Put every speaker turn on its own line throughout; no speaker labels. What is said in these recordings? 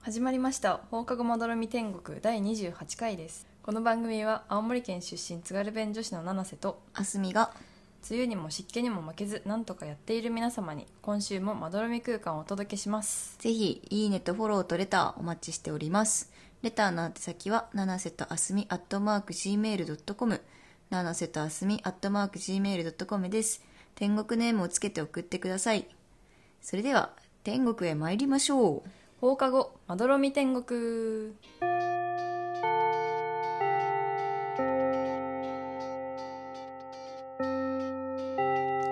始まりました放課後まどろみ天国第28回ですこの番組は青森県出身津軽弁女子の七瀬と
あすみが
梅雨にも湿気にも負けずなんとかやっている皆様に今週もまどろみ空間をお届けします
ぜひいいねとフォローとレターお待ちしておりますレターの宛先は七瀬とあすみアットマーク Gmail.com 七瀬とあすみアットマーク Gmail.com です天国ネームをつけて送ってくださいそれでは天国へ参りましょう
放課後まどろみ天国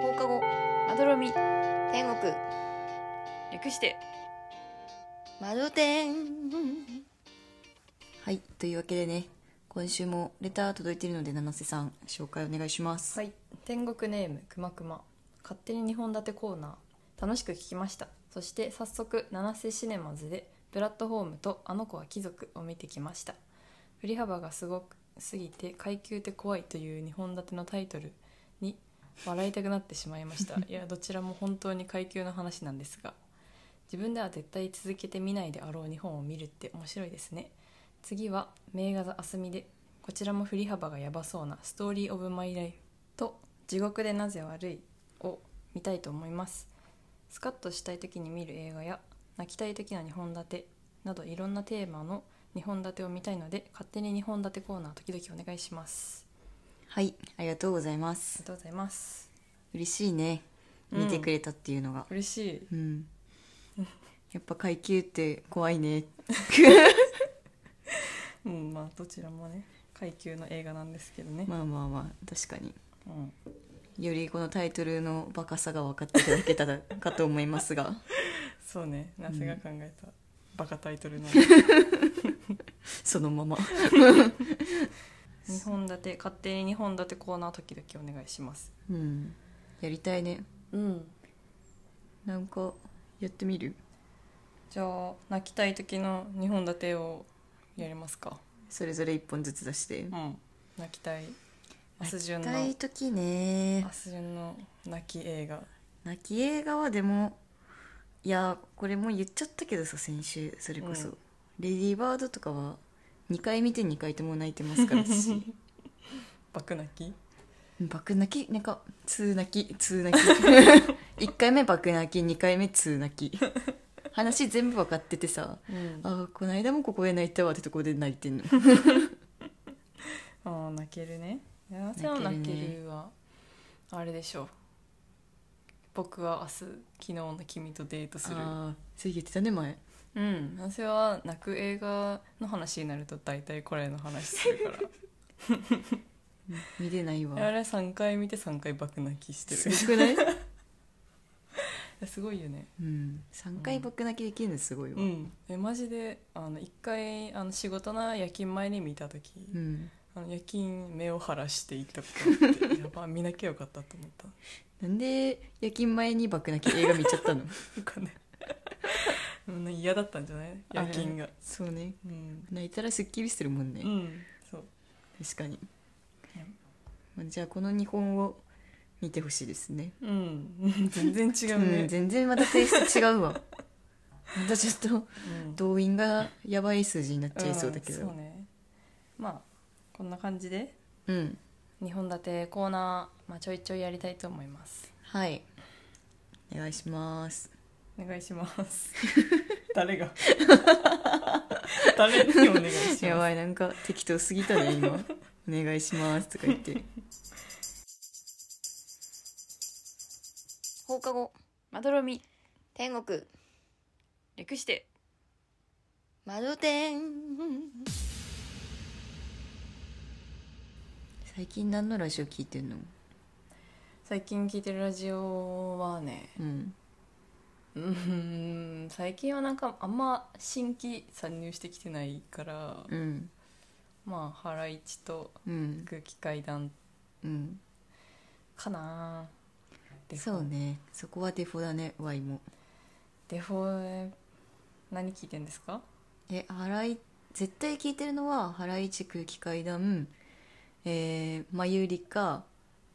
放課後
まどろみ
天国
略して
窓天はいというわけでね今週もレター届いているので七瀬さん紹介お願いします、
はい天国ネームくまくま勝手に2本立てコーナー楽しく聞きましたそして早速七瀬シネマズでプラットフォームとあの子は貴族を見てきました振り幅がすごくすぎて階級って怖いという2本立てのタイトルに笑いたくなってしまいました いやどちらも本当に階級の話なんですが自分では絶対続けて見ないであろう2本を見るって面白いですね次は名画座あすみでこちらも振り幅がやばそうな「ストーリー・オブ・マイ・ライフ」と「地獄でなぜ悪い」を見たいと思いますスカッとしたい時に見る映画や泣きたい時の2本立てなどいろんなテーマの2本立てを見たいので勝手に2本立てコーナー時々お願いします
はいありがとうござい
あ
ま
り
す
がとうございます
嬉しいね
うん
見てくれたっていうのが
嬉しい
うん、やっぱ階級って怖いね
うんまあどちらもね階級の映画なんですけどね、
まあまあまあ確かに
うん、
よりこのタイトルのバカさが分かっていただけたらかと思いますが
そうねナ
瀬が考
えた、バカタイトルなの
そのまま
2本立て勝手に2本立てコーナー時々お願いします
うんやりたいね
うん
なんかやってみる
じゃあ泣きたい時の2本立てをやりますか
それぞれ1本ずつ出して
うん泣きたい明日順の
痛い
明
時ね
日順の泣き映画
泣き映画はでもいやこれも言っちゃったけどさ先週それこそ、
うん
レディーバードとかは2回見て2回とも泣いてますから私
爆泣き
爆泣きなんか通泣き 通泣き1回目爆泣き2回目通泣き話全部分かっててさ
うんあ
あーこの間もここで泣いたわってとこで泣いてんの
あー泣けるね明日の泣
泣け
け
るね
るはあれでしょう僕は明日昨日の君とデートする
ああそれ言ってたね前
うん私は泣く映画の話になると大体これの話するか
見れないわ
らあれ3回見て3回爆泣きして
す
る
ごくない、
すごいよね
うん、3回爆泣きできるのすごいわ、
うんえマジであの1回あの仕事の夜勤前に見た時、
うん
あの夜勤目を晴らしていったことがあ ってやば見なきゃよかったと思った
なんで夜勤前に爆泣き映画見ちゃ ったの
なんかねうん嫌だったんじゃない夜勤が
そうね
うん、
泣いたらすっきりするもんね、
うん、そう
確かに、まあじゃあこの2本を見てほしいですね
うん 全然違うね、
ん、全然またテイスト違うわまたちょっと
うん
動員がやばい数字になっちゃいそうだけ
ん
ど
そうねまあこんな感じで
うん、
2本立てコーナー、まあ、ちょいちょいやりたいと思います
はいお願いします
お願いします 誰が誰にお願いします
やばいなんか適当すぎたね今お願いしますとか言って
放課後
まどろみ
天国
略して
窓天
最近何のラジオ聞いてんの
最近聞いてるラジオはね
うん
うーん最近はなんかあんま新規参入してきてないから、
うん
まあハライチと
うん
空気階段
うん
かなデフォ
そうねそこはデフォだね Y も
デフォ何聞いてんですか
え払い絶対聞いてるのは「ハライチ空気階段」えー「まゆりか」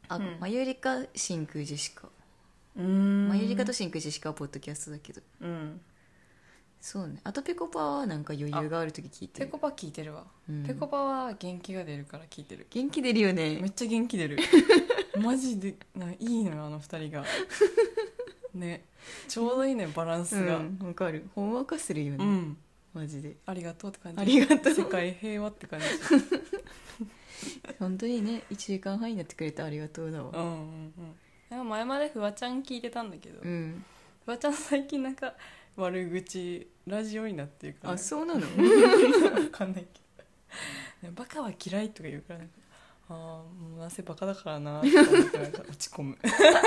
あ、
うん
まゆりか真空ジェシカ」
うん
まゆりかと真空ジェシカ」はポッドキャストだけど
うん
そうねあとペコパはなんか余裕がある時聞いて
ペ
る
コパ聞いてるわ、
うん
ペコパは元気が出るから聞いてる
元気出るよ
め
ね
っちゃ元気出るマジでないいのよあの二 人がねちょうどいいねバラン
う
スがうん、
んわかるほんわかするよね、マジで
ありがとうって感じ
ありがとう
世界平和って 感じ
本当にね1時間半になってくれてありがとうだ
うん
わ
うんうんなんか前までフワちゃん聞いてたんだけど、
うん
フワちゃん最近なんか悪口ラジオになってるから
あそうなの
わかんないけど、ね、バカは嫌いとか言うからなんかああもうなせバカだからなとか思ってなんか落ち込む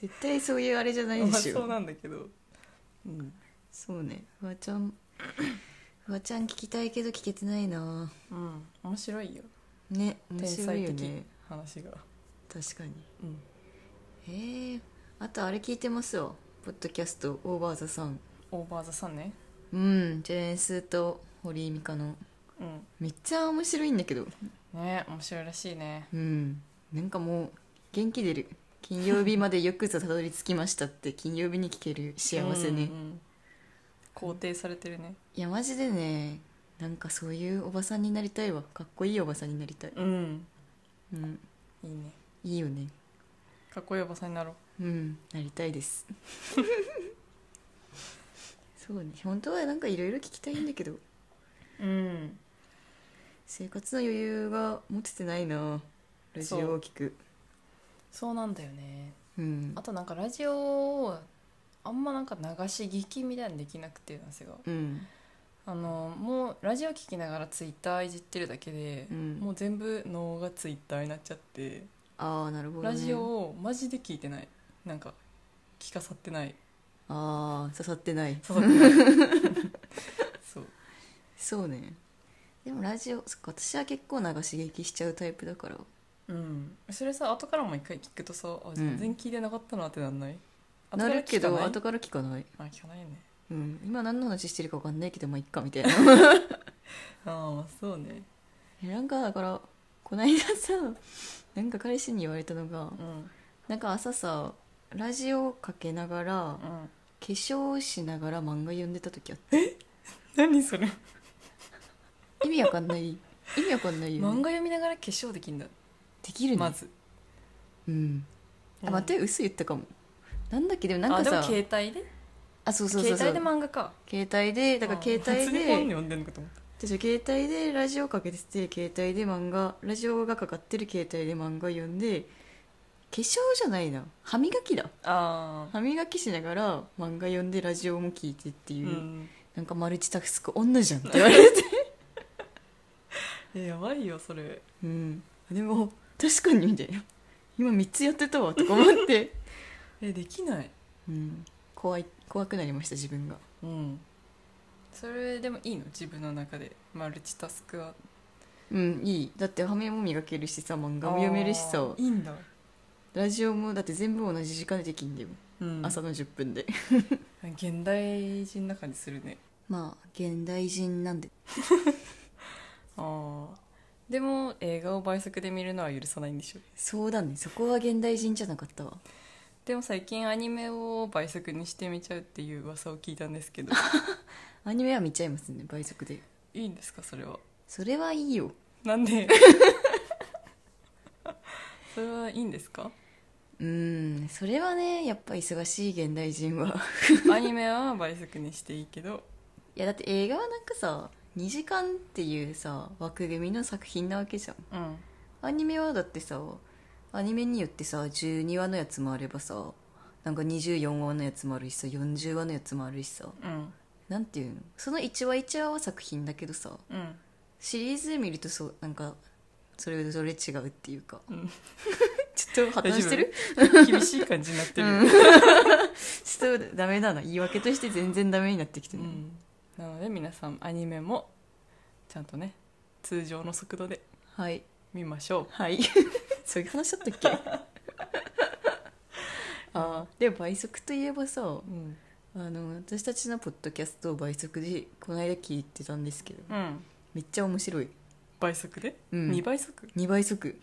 絶対そういうあれじゃないで
まあ
しょ
そうなんだけど、うん、
そうねフワちゃん フワちゃん聞きたいけど聞けてないな
うん、面白いよ
ね面
天
白い
才
よ
的
ね
話が、
確かに
うん、
えー、あとあれ聞いてますわポッドキャスト「オーバー・ザ・サン
オーバーザさんね」
うんジェーンスーと堀井美香の
う
めっちゃ面白いんだけど
んね面白いらしいね
うんなんかもう元気出る金曜日までよくぞたどり着きましたって 金曜日に聞ける幸せね、
うんうん肯定されてるね
いやマジでねなんかそういうおばさんになりたいわかっこいいおばさんになりたい、
うん
うん、
いいね
いいよね
かっこいいおばさんになろう
うんなりたいですそうね本当はなんかいろいろ聞きたいんだけど
うん
生活の余裕が持ててないなラジオを聞く
そうなんだよね
うん
あとなんかラジオをあんまなんか流し聞きみたいにできなくてなんですが
うん
あのもうラジオ聞きながらツイッターいじってるだけで、
うん
もう全部脳がツイッターになっちゃって、
ああなるほど、ね、
ラジオをマジで聞いてないなんか聞かさってない
ああ刺さってない
刺さってない そう
そうねでもラジオそっか私は結構流し聞きしちゃうタイプだから
うんそれさ後からもう一回聞くとさあ全然聞いてなかったなってなんない、後
な
から
るけど
聞かない
後から聞かない、
あ聞かないよね
うん、今何の話してるか分かんないけどまあいっかみたいな
ああまあそうね
えなんかだからこないださなんか彼氏に言われたのが
うん
なんか朝さラジオかけながら化
うん
粧しながら漫画読んでた時あって
何それ
意味わかんない意味わかんないよ、
漫
ね、
画読みながら化粧できんだ
できるね、
まず
うんあ待って嘘言ったかもなんだっけでもなん
あ
か
でも
さ
携帯で
あそうそうそうそう
携帯で漫画か
携帯でだから携帯
で本
で
読んでんのかと思った
私携帯でラジオかけてて携帯で漫画ラジオがかかってる携帯で漫画読んで化粧じゃないな歯磨きだ
あ
歯磨きしながら漫画読んでラジオも聞いてって
あう
いう、
ん
なんかマルチタスク女じゃんって言われて、
えやばいよそれ
うん、でも確かにみたいな今3つやってたわとか思 って、
えできない
うん、怖い怖くなりました自分が
うんそれでもいいの自分の中でマルチタスクは
うんいいだって歯目も磨けるしさ漫画も読めるし
あ
さ
ーいいんだ、
ラジオもだって全部同じ時間でできんだよ、
うん、
朝の10分で
現代人な感じするね
まあ現代人なんで
ああでも映画を倍速で見るのは許さないんでしょ
そうだねそこは現代人じゃなかったわ
でも最近アニメを倍速にしてみちゃうっていう噂を聞いたんですけど
アニメは見ちゃいますね倍速で
いいんですかそれは
それはいいよ
なん でそれはいいんですか
うんそれはねやっぱ忙しい現代人は
アニメは倍速にしていいけど
いやだって映画はなんかさ2時間っていうさ枠組みの作品なわけじゃ
う
ん
ん
アニメはだってさアニメによってさ12話のやつもあればさなんか24話のやつもあるしさ40話のやつもあるしさ
うん
なんていうのその1話1話は作品だけどさ
うん
シリーズで見るとそうなんかそれぞれ違うっていうか
うん
ちょっと破綻してる
厳しい感じになってる、
ちょっとダメだな言い訳として全然ダメになってきて
う
ね、
んなので皆さんアニメもちゃんとね通常の速度で
はい
見ましょう
はいそういう話だったっけあ あで倍速といえばさ
うん、
あの私たちのポッドキャストを倍速でこの間聞いてたんですけど
うん、
めっちゃ面白い、
倍速で、
う
二2
ん、
倍速
2倍速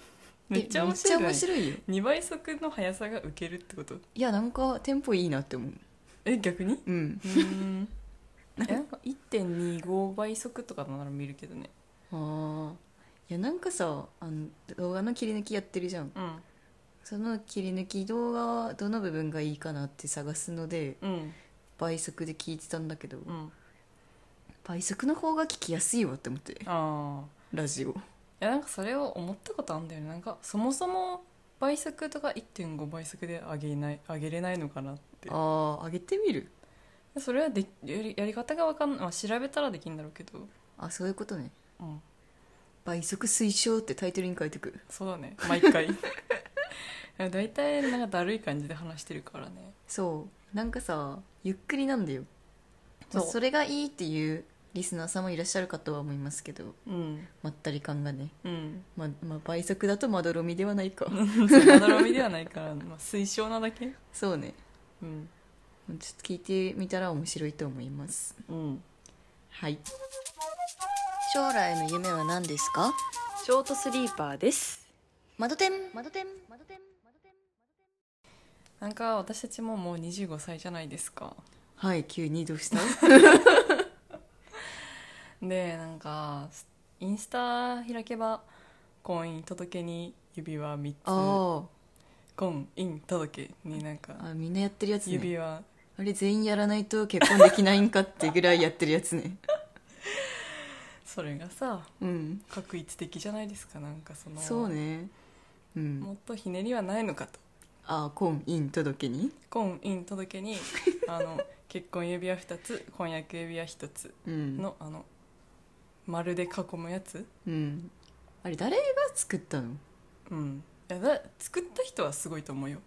めっちゃ面
え
白い
めっちゃ面白いよ
2倍速の速さが受けるってこと
いやなんかテンポいいなって思う
え逆 に
うん
うーんえなんか1.25倍速とかなら見るけどね
ああいやなんかさあの動画の切り抜きやってるじゃん
うん
その切り抜き動画はどの部分がいいかなって探すので
うん
倍速で聞いてたんだけど
うん
倍速の方が聞きやすいわって思って
ああ
ラジオ
いやなんかそれを思ったことあんだよねなんかそもそも倍速とか1.5倍速で上げない上げれないのかなって
ああ上げてみる
それはでやりやり方がわかんない、まあ、調べたらできるんだろうけど
あそういうことね
うん
倍速推奨ってタイトルに書いてく
そうだね毎 回いや大体なんかだるい感じで話してるからね
そうなんかさゆっくりなんだよ
そう
まあそれがいいっていうリスナーさんもいらっしゃるかとは思いますけど
うん
まったり感がね、
うん
ままあ、倍速だとまどろみではな いか
まどろみではないから、まあ、推奨なだけ
そうね
うん
ちょっと聞いてみたら面白いと思います
うん
はい
将来の夢は何ですか
ショートスリーパーです
窓店窓店窓店
なんか私たちももう25歳じゃないですか
はい急にどうした
でなんかインスタ開けば婚姻届に指輪3つ
あ
婚姻届になん
ー
か
あみんなやってるやつね
指輪
あれ全員やらないと結婚できないんかってぐらいやってるや つね
それがさ
うん
画一的じゃないですかなんかその
そうねうん
もっとひねりはないのかと
ああ婚姻届に
婚姻届にあの結婚指輪2つ婚約指輪1つ
うん
のあの丸で囲むやつ
うんあれ誰が作ったの
うんいやだ作った人はすごいと 思うよ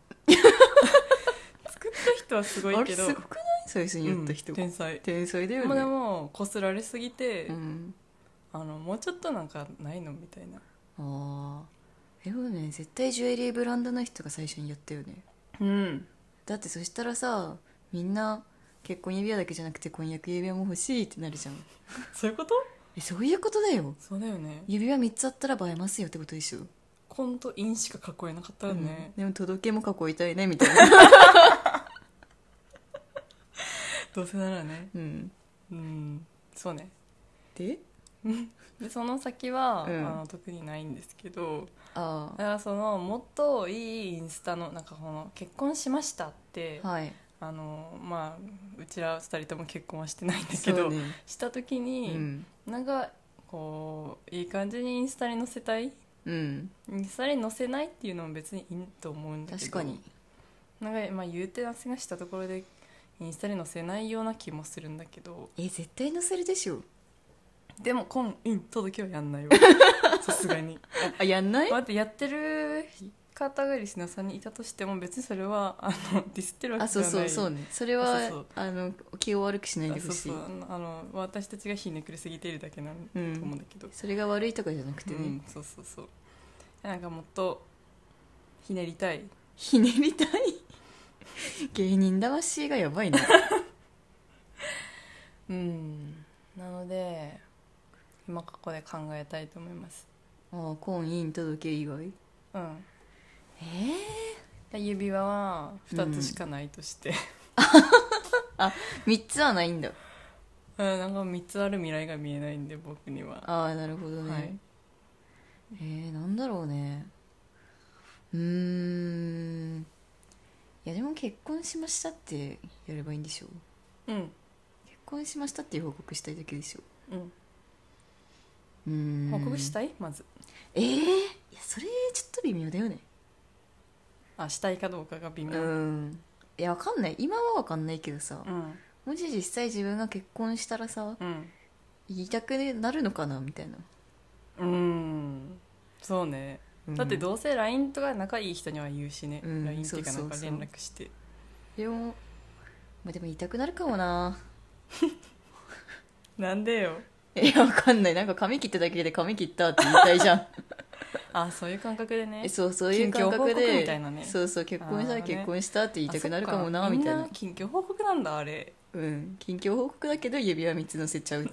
作った人はすご
あ
い
れ
け
す
ど
ごくない最初にやった人、
うん天才
天才だよ
まあ
ね、
でもこすられすぎて、
うん、
あのもうちょっとなんかないのみたいな
ああでもね絶対ジュエリーブランドの人が最初にやったよね
うん
だってそしたらさみんな結婚指輪だけじゃなくて婚約指輪も欲しいってなるじゃん
そういうこと
えそういうことだよ
そうだよね
指輪3つあったら映えますよってことでしょ
コントインしか囲えなかったよね、
うんでも届けも囲いたいねみたい な
どうせならね
うん
うんそうね
で
でその先は、
うん
あの特にないんですけど
あ
だからそのもっといいインスタのなんかこの結婚しましたって、
あはい
あのまあうちら二人とも結婚はしてないんだけ
そ
ど、
うね
した時
う
に、
ん
なんかこういい感じにインスタに載せたい
うん
実際に載せないっていうのも別にいいと思うんだけど
確かに
なんかまあ言うてなせがしたところでインスタに載せないような気もするんだけど
え絶対載せるでしょ
でも婚姻届はやんないわ さすがに
あやんない
待ってやってる方がリスナーさんにいたとしても別にそれはあのディスってるわ
あ
けじゃ
そう
ない
そうそうねそれは
あそうそう
あの気を悪くしない
あ
で
そう
ほし
そ
いうそ
あの私たちがひねくれすぎているだけなんだと思うんだけど、
れが悪いとかじゃなくて
う
ね、
ん、そうそうそうなんかもっとひねりたい
ひねりたい 芸人魂がやばいね
うんなので今ここで考えたいと思います
ああ婚姻届以外
うん
え
で指輪は2つしかないとして、
え3つはないんだ
うんなんか3つある未来が見えないんで僕には
ああなるほどね、
はい
えー、なんだろうねうーんいやでも結婚しましたってやればいいんでしょ
うん
結婚しましたっていう報告したいだけでし
う
ょうーん
ん報告したいまず
ええー、いやそれちょっと微妙だよね
あしたいかどうかが微
う
妙
んいやわかんない今はわかんないけどさ
うん
もし実際自分が結婚したらさ
うん、
言いたくなるのかなみたいな、
うん、そうね
うん
だってどうせ LINE とか仲いい人には言うしね、
うん
LINE っていうか
そ
な
うんそ
か
うそう
連絡して
でも、まあ、でも言いたくなるかもな
なんでよ
いやわかんないなんか髪切っただけで髪切ったって言いたいじゃん
あそういう感覚でね
えそうそういう感覚
近況報告
で
みたいなね
そうそう結婚したら
あーね
結婚したって言いたくなるかもな
あそっ
みたい
み
なん
近況報告なんだあれ
うん近況報告だけど指輪3つ乗せちゃう
そっ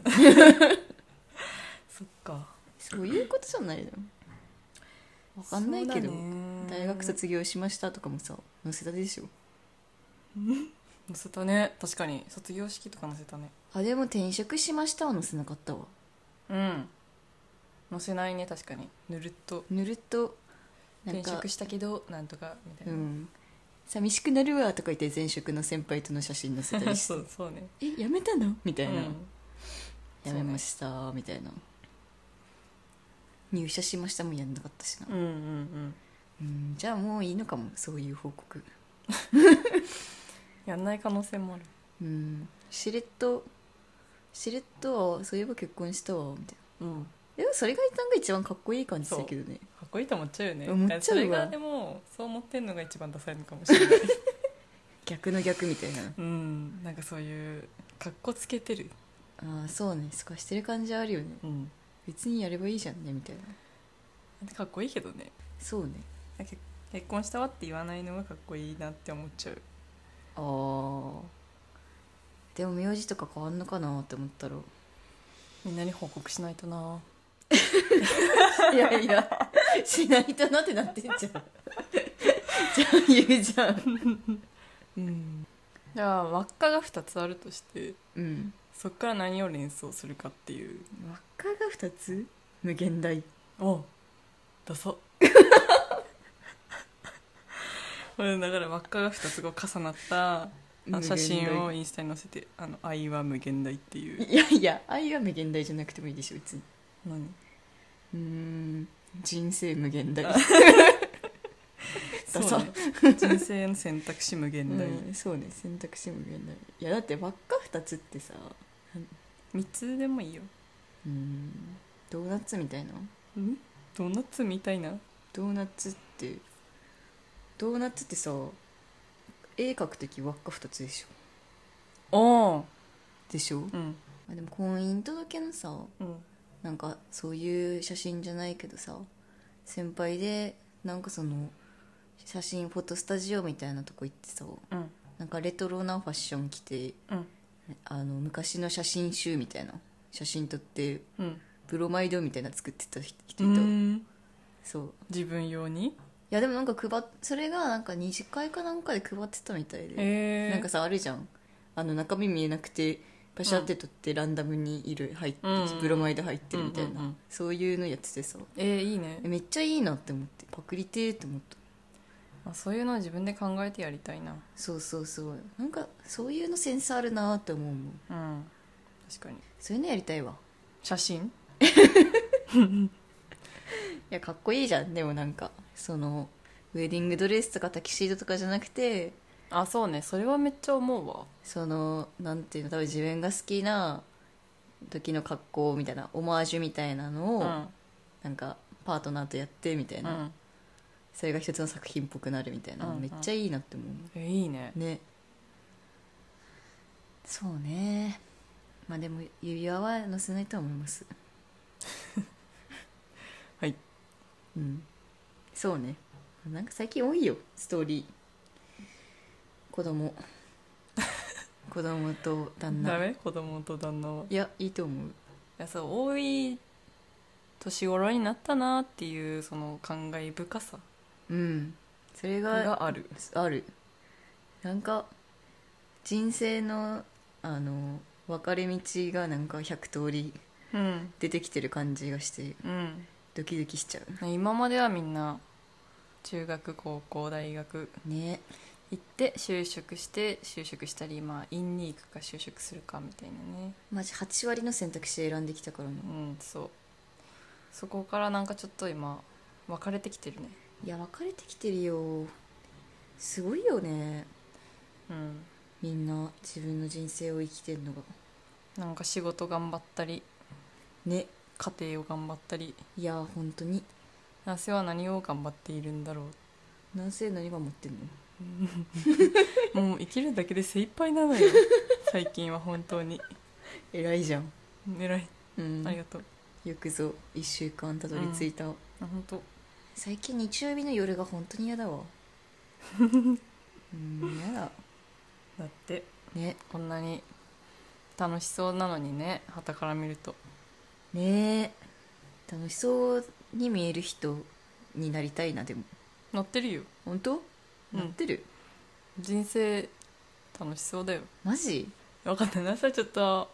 か
そういうことじゃないのわかんないけ
そうだ
ど、
ね
大学卒業しましたとかもさ載せたでしょ
載せたね確かに卒業式とか載せたね
あでも転職しましたは載せなかったわ
うん載せないね確かにぬるっと
ぬるっとなん
転
か
職したけどなんとかみたいうな、
ん寂しくなるわとか言って前職の先輩との写真載せた りし て
そうそうね、
えやめたのみた
う
いな、
ん、
やめましたみたいな入社しましたもやんなかったしな、
うんうんうん
うん、じゃあもういいのかもそういう報告
やんない可能性もある
うんしれっとしれっとそういえば結婚したわみたい
うん
なでもそれがなんか一番かっこいい感じだけどね
かっこいいと思っちゃうよね
思っちゃうわ
それがでもそう思ってんのが一番ダサいのかもしれ ない
逆の逆みたいな
うんなんかそういうかっこつけてる
ああそうねすかしてる感じあるよね
うん
別にやればいいじゃんねみたいな
かっこいいけどね
そうね
なんか結婚したわって言わないのがかっこいいなって思っちゃう
あーでも名字とか変わんのかなって思ったら
みんなに報告しないとない
や いや、しないとなってなってんじゃ ん。じゃあ言うじゃん。
うんじゃあ輪っかが2つあるとして
うん。
そっから何を連想するかっていう
輪っかが二つ無限大。
おダ サうんだから輪っかが2つが重なったあの写真を
無限
インスタに載せて「あの愛は無限大」っていう
大いやいや、愛は無限大じゃなくてもいいでしょ、別に。
何
うーん。人生無限大。
そ
サ
うね人生の選択肢無限大、
うん、そうね、選択肢無限大。いや、だって輪っか二つってさ、
3つでもいいよ
うーん。ドーナツみたいな
ドーナツみたいな
ドーナツって、ドーナツってさ、絵描くとき輪っか二つでしょ。
おお
でしょ
うん
まあ、でも婚姻届のさ
うん
なんかそういう写真じゃないけどさ先輩でなんかその写真フォトスタジオみたいなとこ行ってさ
うん
なんかレトロなファッション着て
うん
あの昔の写真集みたいな写真撮って
うん
ブロマイドみたいな作ってた人いた、
うん
そう
自分用に
いやでもなんか配っそれがなんか二次会かなんかで配ってたみたいで、
えー、
なんかさあるじゃんあの中身見えなくてパシャって撮ってランダムにいる入って、
うん
ブロマイド入ってるみたいな、
うんうんうん
そういうのやっててさ
えー、いいね
えめっちゃいいなって思ってパクリてーって思った
あそういうのを自分で考えてやりたいな
そうそうそうなんかそういうのセンスあるなーって思うもん
うん確かに
そういうのやりたいわ
写真
いやかっこいいじゃんでもなんかそのウェディングドレスとかタキシードとかじゃなくて
あそうねそれはめっちゃ思うわ
そのなんていうの多分自分が好きな時の格好みたいなオマージュみたいなのを、
う
なんかパートナーとやってみたい
ん、う
な、
ん
それが一つの作品っぽくなるみたいな、
うんうん
めっちゃいいなって思
えいいね
うねそうねまあでも指輪は載せないとは思います
はい
うんそうねなんか最近多いよストーリー子供 子供と旦
ダ
那
メ子供と旦那はい
いやいいと思う
やそう多い年頃になったなっていうその感慨深さ
うんそれが
がある
あるなんか人生のあの分かれ道がなんか100通り
うん
出てきてる感じがして
うん
ドキドキしちゃ
今まではみんな中学高校大学
うね
行って就職して就職したりまあ院に行くか就職するかみたいなね
マジ8割の選択肢選んできたからな
うんそうそこからなんかちょっと今分かれてきてるね
いや分かれてきてるよすごいよね
うん
みんな自分の人生を生きてんのが
なんか仕事頑張ったり
ね
家庭を頑張ったり
いや本当に
ナセは何を頑張っているんだろ
何せ何が持ってんの
うもう生きるだけで精一杯なのよ最近は本当に
偉いじゃん
偉い
うん
ありがとう、
よくぞ1週間たどり着いた、
あ本当
最近日曜日の夜が本当に嫌だわうん嫌だ
だって
ね
こんなに楽しそうなのにね傍から見ると
ねえ楽しそうに見える人になりたいなでも
乗ってるよ
本当
うん
なってる、
人生楽しそうだよ
マジ
分かんないなさちょっと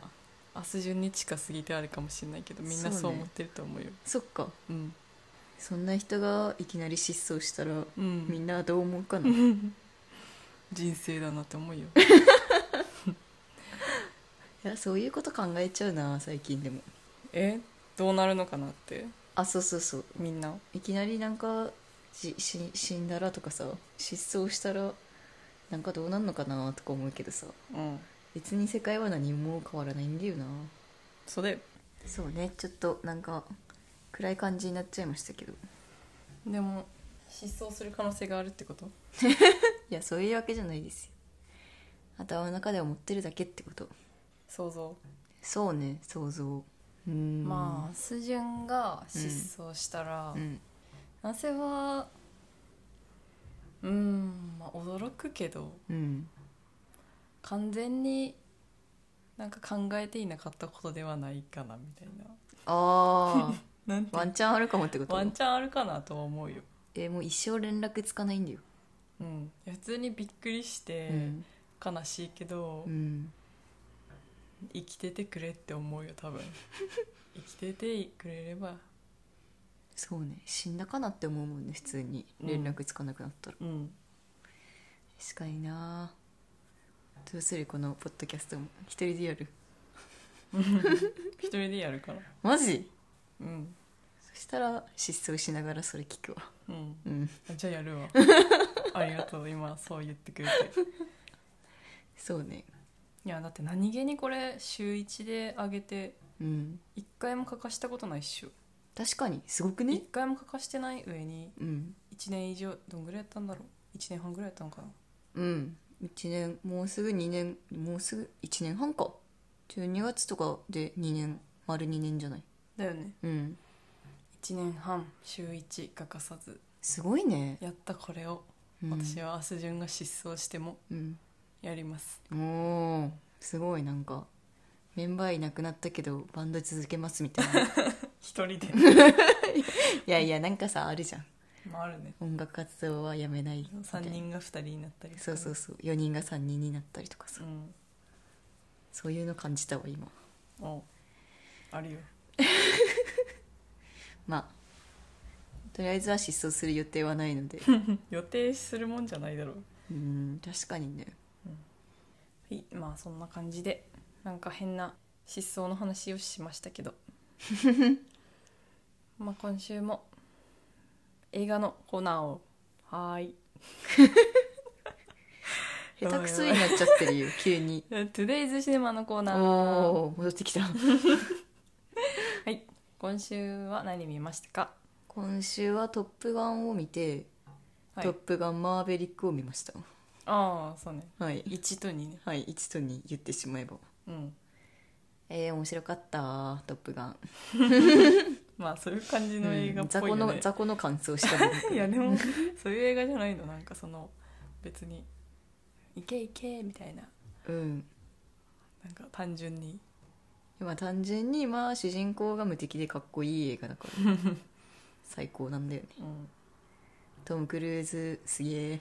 明日12日か過ぎてあるかもしれないけどみんな
そうね
そう思ってると思うよ
そっか
う,、
そんな人がいきなり失踪したら
ん、うん、
みんなどう思うかな、
人生だなって思うよ
いやそういうこと考えちゃうな最近でも
えどうなるのかなって
あそうそうそう
みんない
きなりなんかじし死んだらとかさ失踪したらなんかどうなんのかなとか思うけどさ
うん
別に世界は何も変わらないんだよな
そうだよ
そうねちょっとなんか暗い感じになっちゃいましたけど
でも失踪する可能性があるってこと
いやそういうわけじゃないですよ頭の中で思ってるだけってこと
想像
そうね想像うん
まあスジュンが失踪したら、
うん
男性はうーん、まあ、驚くけど
うん
完全になんか考えていなかったことではないかなみたい
あ
ななんて
あワンチャンあるかもってこと
ワンチャンあるかなとは思うよ、
えもう一生連絡つかないんだよ、
うん、いや普通にびっくりして悲しいけど、
うんうん
生きててくれって思うよ多分 生きててくれれば
そうね死んだかなって思うもんね普通に連絡つかなくなったら、
うん
確かになどうするこのポッドキャストも一人でやる
一人でやるから
マジ
うん
そしたら失踪しながらそれ聞くわ
うん
うん
あじゃあやる わありがとう今そう言ってくれて
そうね
いやだって何気にこれ週1で上げて
うん
一回も欠かしたことないっしょ
確かにすごくね
一回も欠かしてない上に
うん
1年以上どんぐらいやったんだろう1年半ぐらいやったのかな
うん1年もうすぐ2年もうすぐ1年半か12月とかで2年丸2年じゃない
だよね
うん
1年半週1欠かさず
すごいね、
やったこれを
うん、
私は明日順が失踪しても
うん
やります、
おーすごいなんかメンバーいなくなったけどバンド続けますみたいな い
一 人で
やいやなんかさあるじゃん
まああるね
音楽活動はやめないみたい
3
な
人が2人になったりとか
そうそうそう4人が3人になったりとかさ
うん
そういうの感じたわ今
おあるよ
まあとりあえずは失踪する予定はない ので
予定するもんじゃないだろう
うん確かにね
はいまあそんな感じでなんか変な失踪の話をしましたけ どまあ今週も映画のコーナーをはーい
下手くそになっちゃってるよ急に
Today's シネマのコーナー
おお戻ってきた
はい今週は何見ましたか
今週は「トップガン」を見て「
はい
トップガンマーヴェリック」を見ました
ああそうね
はい
1と2ね
はい1と2言ってしまえば
うん
えー、面白かった「トップガン」
まあそういう感じの映画
う
っ
ん雑
ぽい
魚
よね、
の雑魚の感想しかない
い やでもそういう映画じゃないのなんかその別に「いけいけ」みたいな
うん
なんか単純に
まあ単純にまあ主人公が無敵でかっこいい映画だから 最高なんだよね
うん
トム・クルーズすげえ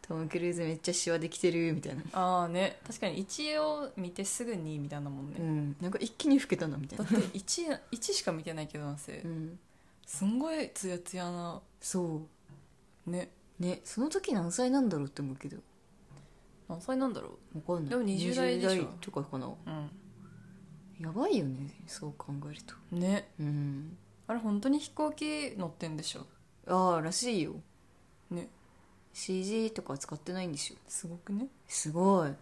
トム・クルーズめっちゃシワできてるみたいな
ああね確かに1を見てすぐにみたいなもんね、
うんなんか一気に老けたなみたい
だ
な
って 1, 1しか見てないけどなせ、
うん
すんごいツヤツヤな
そ
ね
うねその時何歳なんだろうって思うけど
何歳なんだろ
わかんない
でも20代でしょ
20代とかかな
う
やばいよねそう考えると
うんね
うん
あれ本当に飛行機乗ってんでしょ
ああらしいよ
ね
CG とか使ってないんでしょ
すごくね
すごい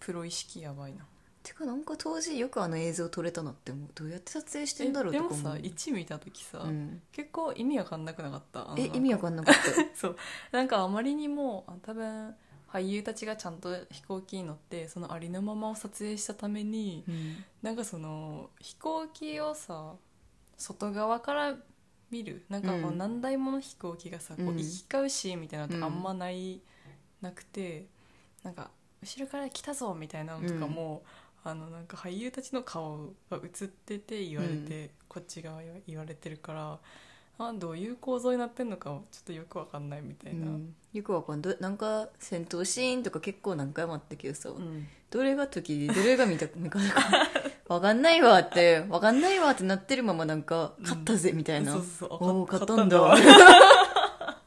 プロ意識やばいな
てかなんか当時よくあの映像撮れたなって思うどうやって撮影してんだろう
え
と
で
か
も
思う
さ1見た時さ、
うん、
結構意味わかんなくなかったあの
え意味わかんなかった
なんかあまりにもあ多分俳優たちがちゃんと飛行機に乗ってそのありのままを撮影したために
うん
なんかその飛行機をさ外側から見るなんかこ
う
うん何台もの飛行機がさ、こ
う
うん行き交うシーンみたいなのってあ
うん
んまない、なくてなんか後ろから来たぞみたいなのとかも、あのなんか俳優たちの顔が映ってて言われて、こっち側言われてるからあどういう構造になってんのかもちょっとよくわかんないみた
う
いな、
ん、よくわかんどなんか戦闘シーンとか結構何回もあったけどさ、
うん
どれが時でどれが見た 見方かわかんないわってわかんないわってなってるままなんか
うん
勝ったぜみたいな、
そうそうそう
おお
勝
勝
っ
ったた
ん
ん
だ
だ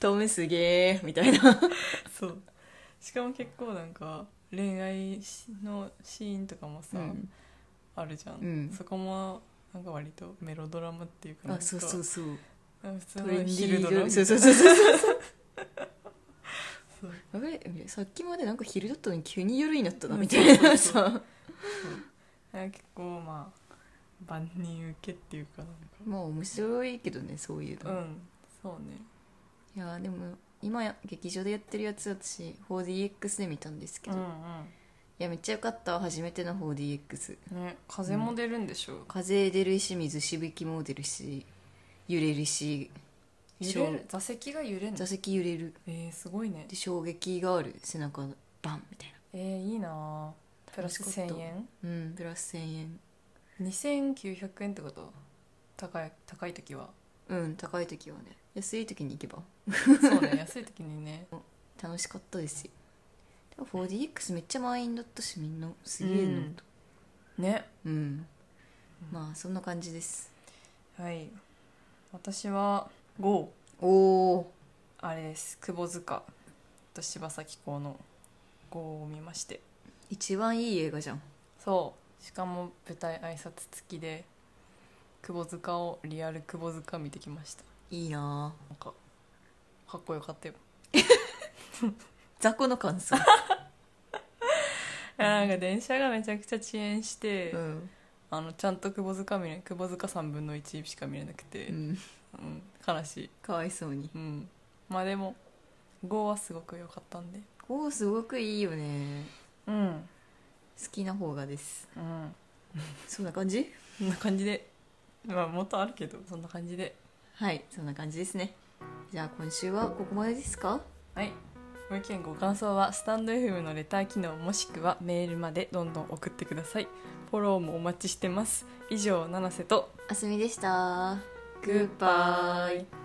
トムすげえみたいな
そうしかも結構なんか恋愛しのシーンとかもさ、
うん
あるじゃん、
うん
そこもなんか割とメロドラマっていうかなん
あ
か
そうそうそう
なんか普通
ト
の
レンデ
昼
ィ
ド
ー
ラマ
ドそうそうそうそう
そう
あれさっきまでなんか昼だったのに急に夜になったなみたいなさ
なんか結構まあ万人受けっていうかなんか
まあ面白いけどねそういう
う
の、い
んそうね
やーでも今や劇場でやってるやつ私 4DX で見たんですけど、いやめっちゃよかった初めての 4DX
うんうんね風も出るんでしょう、
風出るし水しぶきも出るし揺れるし
揺れる座席が揺れんの
座席揺れる
えー、すごいね
で衝撃がある背中のバンみたい
えー、いいなあプラス
楽しかった
1000円
なうんプラス1000円
2900円ってこと高い高い 時は
うん高い時はね安い時に行けば
そうね安い時にね
楽しかったですよでも 4DX めっちゃ満員だったしみんなすげえなと
ね
うん、まあそんな感じです
はい私は5
おお
あれです窪塚と柴咲コウの5を見まして
一番いい映画じゃん
そうしかも舞台挨拶付きで窪塚をリアル窪塚見てきました
いいな
なんかかっこよかったよ
ぁ雑魚の感想
いやなんか電車がめちゃくちゃ遅延して、
うん、
あのちゃんと窪塚見れ窪塚3分の1しか見れなくて、
う
うん
ん、
悲しい、
かわいそうに
うん、まあでも5はすごく良かったんで
おおすごくいいよね
うん
好きな方がです
うん
そんな感じ
そんな感じでまあもっとあるけどそんな感じで
はいそんな感じですねじゃあ今週はここまでですか
はいご意見ご感想はスタンド FM のレター機能もしくはメールまでどんどん送ってくださいフォローもお待ちしてます以上七瀬と
あすみでしたグ
グッ
ッバ
バ
イ
イ